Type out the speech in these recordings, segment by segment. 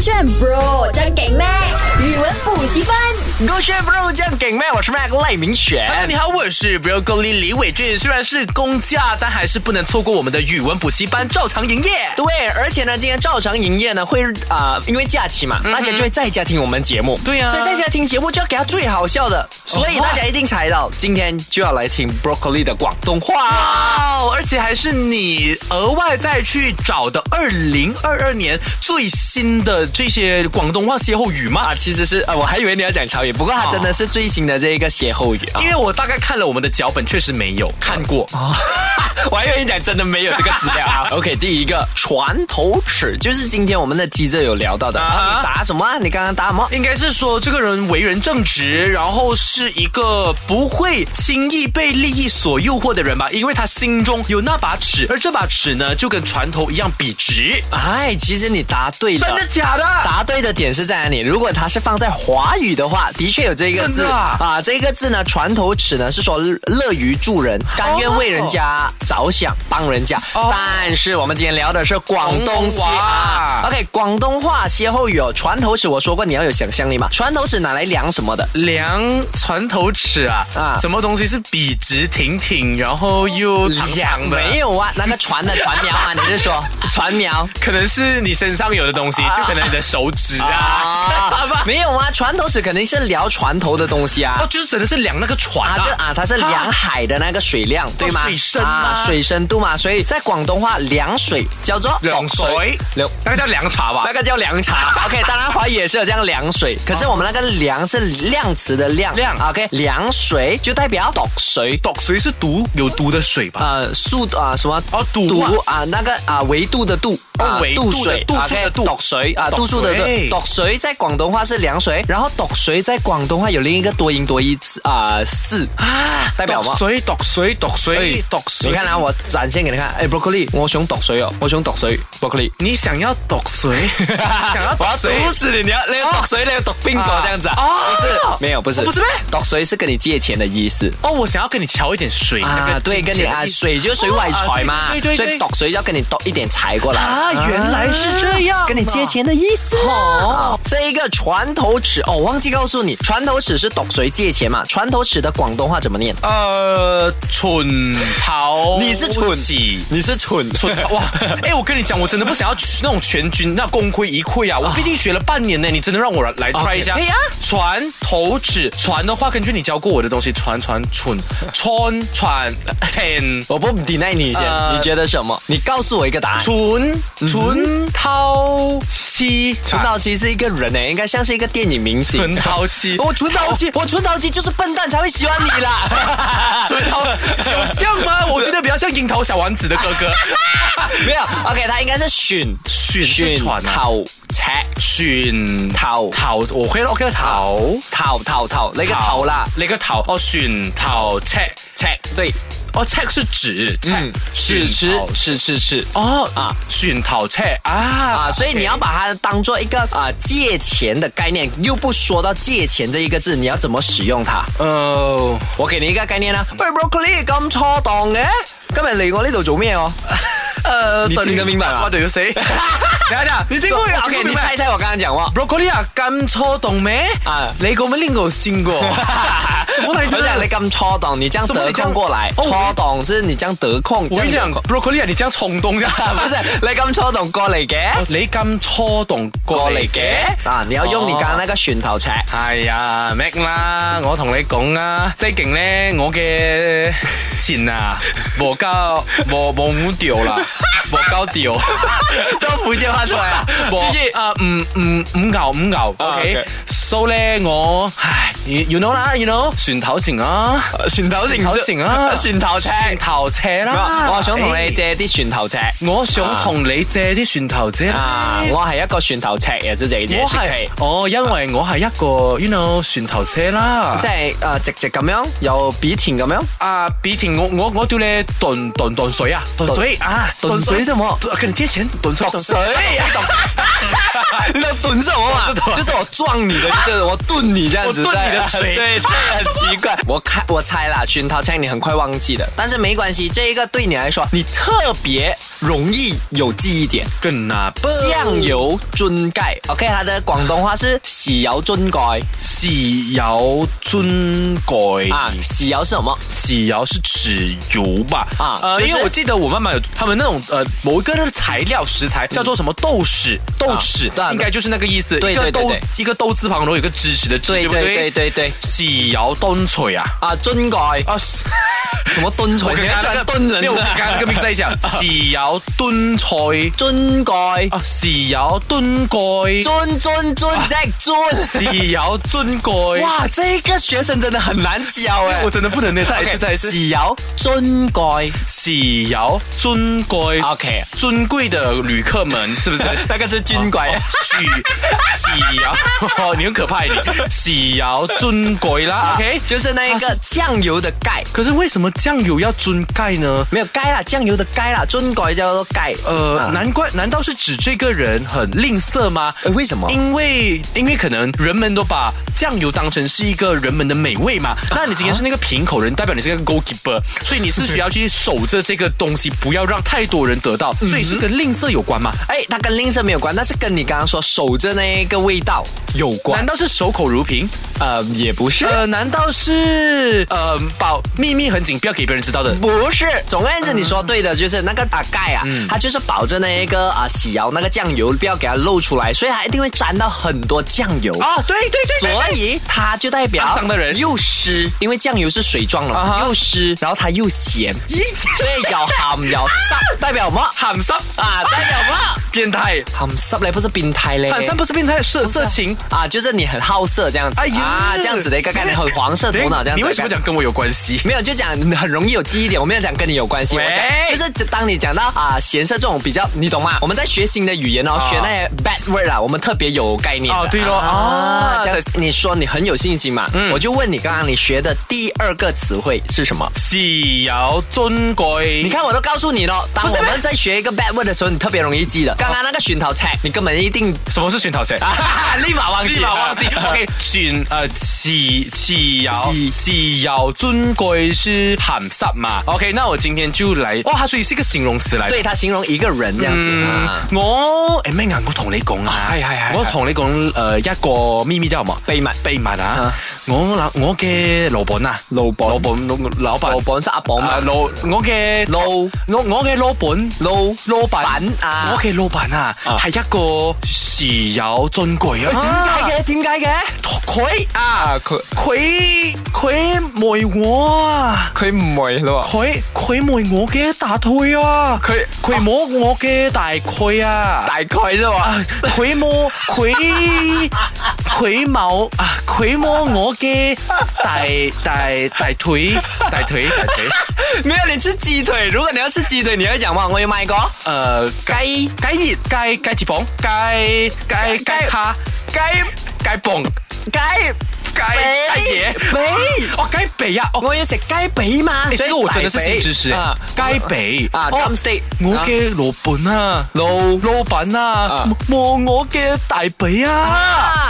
炫 Bro 真给力，语文补习班。勾选 bro 酱给麦，我是 Mac 赖明选。 Hello，你好，哎我是 Broccoli 李伟俊。虽然是公假，但还是不能错过我们的语文补习班照常营业。对，而且呢，今天照常营业呢，会啊、因为假期嘛，大家就会在家听我们节目。对呀所以在家听节目就要给他最好笑的，所以哇大家一定猜到，今天就要来听 Broccoli 的广东话。哇哦！而且还是你额外再去找的二零二二年最新的这些广东话歇后语吗啊，？其实是啊，我还以为你要讲潮语，不过它真的是最新的这一个歇后语啊因。为我大概看了我们的脚本，确实没有看过。 我还以为你讲真的没有这个资料 啊。OK，第一个船头尺，就是今天我们的机子有聊到的。啊啊、你答什么啊？你刚刚答什么？应该是说这个人为人正直，然后是一个不会轻易被利益所诱惑的人吧，因为他心中有那把尺，而这把尺呢就跟船头一样笔直。哎，其实你答对了。真的假的？答对的点是在哪里？如果它是放在华语的话，的确有这个真字的啊这个字呢，船头尺呢是说乐于助人，甘愿为人家着想，帮人家。哦但是我们今天聊的是广东广东话。话 OK，广东话歇后语哦，船头尺我说过你要有想象力嘛，船头尺拿来量什么的？量船头尺啊，啊什么东西是笔直挺挺，然后又长长的？没有啊，那个船的船苗啊，你是 说船苗？可能是你身上有的东西，就可能你的手指啊，吧没有啊，船头尺肯定是量船头的东西啊。 哦，就是真的是量那个船啊，啊，就啊，它是量海的那个水量，对吗？水深啊水深度嘛，所以在广东话，量水叫做凉水，凉那个叫凉茶吧那？个叫凉 茶。OK，当然华语也是有这样凉水，可是我们那个凉是量词的量，量 OK，凉水就代表懂水。毒水是毒有毒的水吧？呃，速啊什么哦度度啊啊那个啊维度的度哦啊维度的度数的度度水啊度度数的度水度水在广东话是凉水，然后度水在广东话有另一个多音多义字啊四啊代表什毒么？水，毒水，毒水，毒水。哎你看啊，我展现给你看。哎，broccoli，我想毒水哦，我想毒水，broccoli。你想要毒 水，想要我要毒毒水。死你！你要你要毒水，你要毒冰果啊这样子啊？哦不是，没有，不是，哦不是咩毒水是跟你借钱的意思哦，我想要跟你瞧一点水，那啊个，对，金跟你钱的啊，意思水就是水外财嘛哦，对对对所对以毒水要跟你毒一点财过来啊原来是这样啊跟你借钱的意思啊。哦，这一个船头尺哦，忘记告诉你，船头尺是毒水借钱嘛？船头尺的广东话怎么念？，呃，蠢桃你是蠢起，你是蠢蠢桃哇！哎，我跟你讲，我真的不想要那种全军那功亏一篑啊！我毕竟学了半年呢，你真的让我来 try 一下。可以啊船头指船的话，根据你教过我的东西，船船蠢 川船浅我不 deny 你先，呃你觉得什么？你告诉我一个答案。蠢蠢涛七纯啊淘气是一个人呢，应该像是一个电影明星。蠢涛 七。我纯淘哦气，我纯淘气就是笨蛋才会喜欢你 啦。春涛有像吗？我觉得比较像樱桃小丸子的哥哥，没有，OK，他应该是选选是选船啊，淘赤选淘桃，我会了 OK 了桃。淘淘淘那个淘啦，，那个桃哦，选桃 check check 对，哦 check 是指 check 嗯，是吃选桃吃吃吃。哦啊，选桃 check 啊啊，所以你要把它当做一个啊借钱的概念，又不说到借钱这一个字，你要怎么使用它？呃，我给你一个概念啦。啊喂，broccoli 咁錯檔嘅，今日嚟我呢度做咩哦？呃你听得明白吗 What do you say？等一下等一下，你听不明我？OK，听你不明白猜猜我刚刚讲话。 Broccoli 啊，咁錯懂咩？啊啊，你咁樣拎我先 過，什麼嚟我讲你哎的？咁錯檔，你这样什么得你这样空过来，哦錯檔是你这样得空，我跟你这样講得空 Broccoli 啊，你這樣衝動㗎， 不是你咁錯檔過嚟嘅，啊哦你咁錯動過嚟嘅。啊，你要用你刚刚那个選 頭尺。系啊，Mac à, 啦，我同你講啊，最近咧我嘅錢啊，冇交冇冇冇掉啦，冇交掉，这个福建话出来 啊！冇继续，啊，唔唔唔牛唔牛啊，OK OK。 So 咧我，唉，you you know 啦，you know，船頭前啊，船頭前船頭前啊，船頭尺船頭尺啦，我想同你哎，借啲船頭尺我想同你借啲船頭啫。啊，我係一個船頭尺嘅啫，這件我事係係。哦，因為我係一個，you know，船頭車啦。即係誒直直咁樣，又比田咁樣，啊，比田我我我叫你遁遁遁水啊，遁水啊，遁水怎麼 遁跟你借钱，遁水毒水，毒水，你知道蹲什么吗？就是我撞你的意思，我顿你这样子，我顿你的对水对，这个很奇 怪。我看我猜啦，熏陶猜你很快忘记的，但是没关系，这一个对你来说，你特别容易有记忆点。跟啊，酱油樽盖，OK，它的广东话是豉油樽盖豉油樽盖啊，豉油是什么？豉油是豉油吧？啊啊，呃，就是因为我记得我妈妈有他们那种呃某一个那个材料食材叫做什么豆豉，豆豉对啊应该就是那个意思，对一个对对豆对一个豆字旁，然后有一个支持的支，对对不对对对对？对，豉油炖水啊。啊，樽盖啊，什么蹲 我腿？跟你刚还喜刚欢蹲人啊没有，我的刚刚那个名字 在讲豉油炖菜樽 盖，啊，豉油炖盖，樽樽樽在樽。 豉油炖盖，哇，这个学生真的很难教哎 我。真的不能呢，再 一 OK，次，再一次，豉油樽盖豉油炖盖。 ，OK，尊贵的旅客们，是 不是？那个是军哦改。豉豉油， 哦你很可怕耶你。豉油尊贵哦 啦，OK。啊就是那一它个酱油的盖，可是为什么酱油要尊盖呢？没有盖啦，酱油的盖啦，樽盖叫做盖。呃，啊难怪，难道是指这个人很吝啬吗？呃为什么？因为因为可能人们都把酱油当成是一个人们的美味嘛，那你今天是那个瓶口人，代表你是个 goalkeeper，所以你是需要去守着这个东西，不要让太多人得到，所以是跟吝啬有关吗？哎，它跟吝啬没有关，但是跟你刚刚说守着那个味道有难关。道是守口如瓶？呃，也不是，呃，难道是呃保秘密很紧，不要给别人知道的？不是，总而言之，你说对的，就是那个啊盖啊，它就是保证那一个啊洗摇那个酱油不要给它漏出来，所以它一定会沾到很多酱油。啊，对对对对所以它就代表肮脏的人又湿，因为酱油是水状的，啊嘛，哈又湿，然后它又咸，所以咬含咬湿，代表什么？喊上啊，代表什么？变态，含湿嘞，不是变态嘞，喊上不是变态，色色情。啊，就是你很好色这样子，哎呀啊，这样子的一个概念，很黄色头脑这样子的概念。你为什么讲跟我有关系？没有，就讲很容易有记忆点。我没有讲跟你有关系，我喂讲就是只当你讲到啊、咸色这种比较，你懂吗？我们在学新的语言哦，啊学那些 bad word 啊，我们特别有概念的。哦对咯啊嗯这样子你说你很有信心嘛？我就问你，刚刚你学的第二个词汇是什么？豉油尊贵，你看，我都告诉你了，当我们在学一个 bad word 的时候，你特别容易哦记的。刚刚那个熏陶菜，你根本一定什么是熏 陶菜？立马忘记，立马 忘记。OK，选呃豉豉油豉豉油尊贵是含湿嘛？OK，那我今天就来哇，它所以是一个形容词来的。对它形容一个人这样子、嗯啊，我诶咩啊？我同你講啊，係係係我同你講诶一個秘密知道冇？秘密秘密啊！我老我嘅老闆啊，老闆老闆老老闆老板是阿宝嘛啊，老我嘅老我我嘅老闆老老闆闆啊我嘅老闆啊啊係一個豉油尊貴啊，點解嘅？點解嘅？佢啊佢佢佢妹我啊！佢唔係咯佢佢妹我嘅大腿啊！佢佢摸我嘅大腿啊！大概啫嘛。佢摸佢佢冇啊！佢摸我嘅大大大腿大腿大腿， 没有，你吃鸡腿。如果你要吃鸡腿，你会讲嘛？我要买一个呃，鸡雞熱雞雞翅膀雞雞雞卡雞雞膀雞雞雞嘢，髀，哦雞髀啊！哦，我要食雞髀嘛。誒所以呢個我真的是大髀新知識啊雞髀啊哦 drumstick 哎我嘅老闆啊，老老闆啊啊，摸我嘅大髀啊！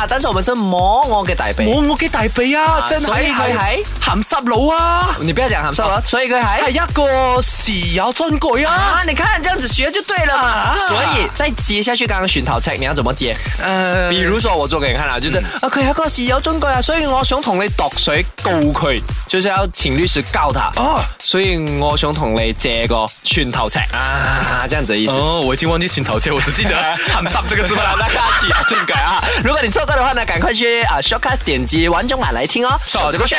啊，但是我们是摸我嘅大髀。摸我嘅大髀哎啊！真係所以佢係鹹濕佬啊！你不要讲含沙了，哦所以佢係。系一个豉油尊贵啊！啊，你看这样子学就对了嘛。啊所以再接下去刚刚熏陶 check，你要怎么接？诶、比如说我做给你看啦，就是、啊，佢係一個豉油樽蓋啊，所以我想同你度水告佢，就是要請律師告他。哦所以我想同你借個寸頭尺啊，這樣子的意思。哦，我已经忘记熏陶车，我只记得含濕这个字好了。那下去啊，正改啊！如果你错过的话呢，赶快去啊 Shortcut 点击完整版来听哦。手这个圈。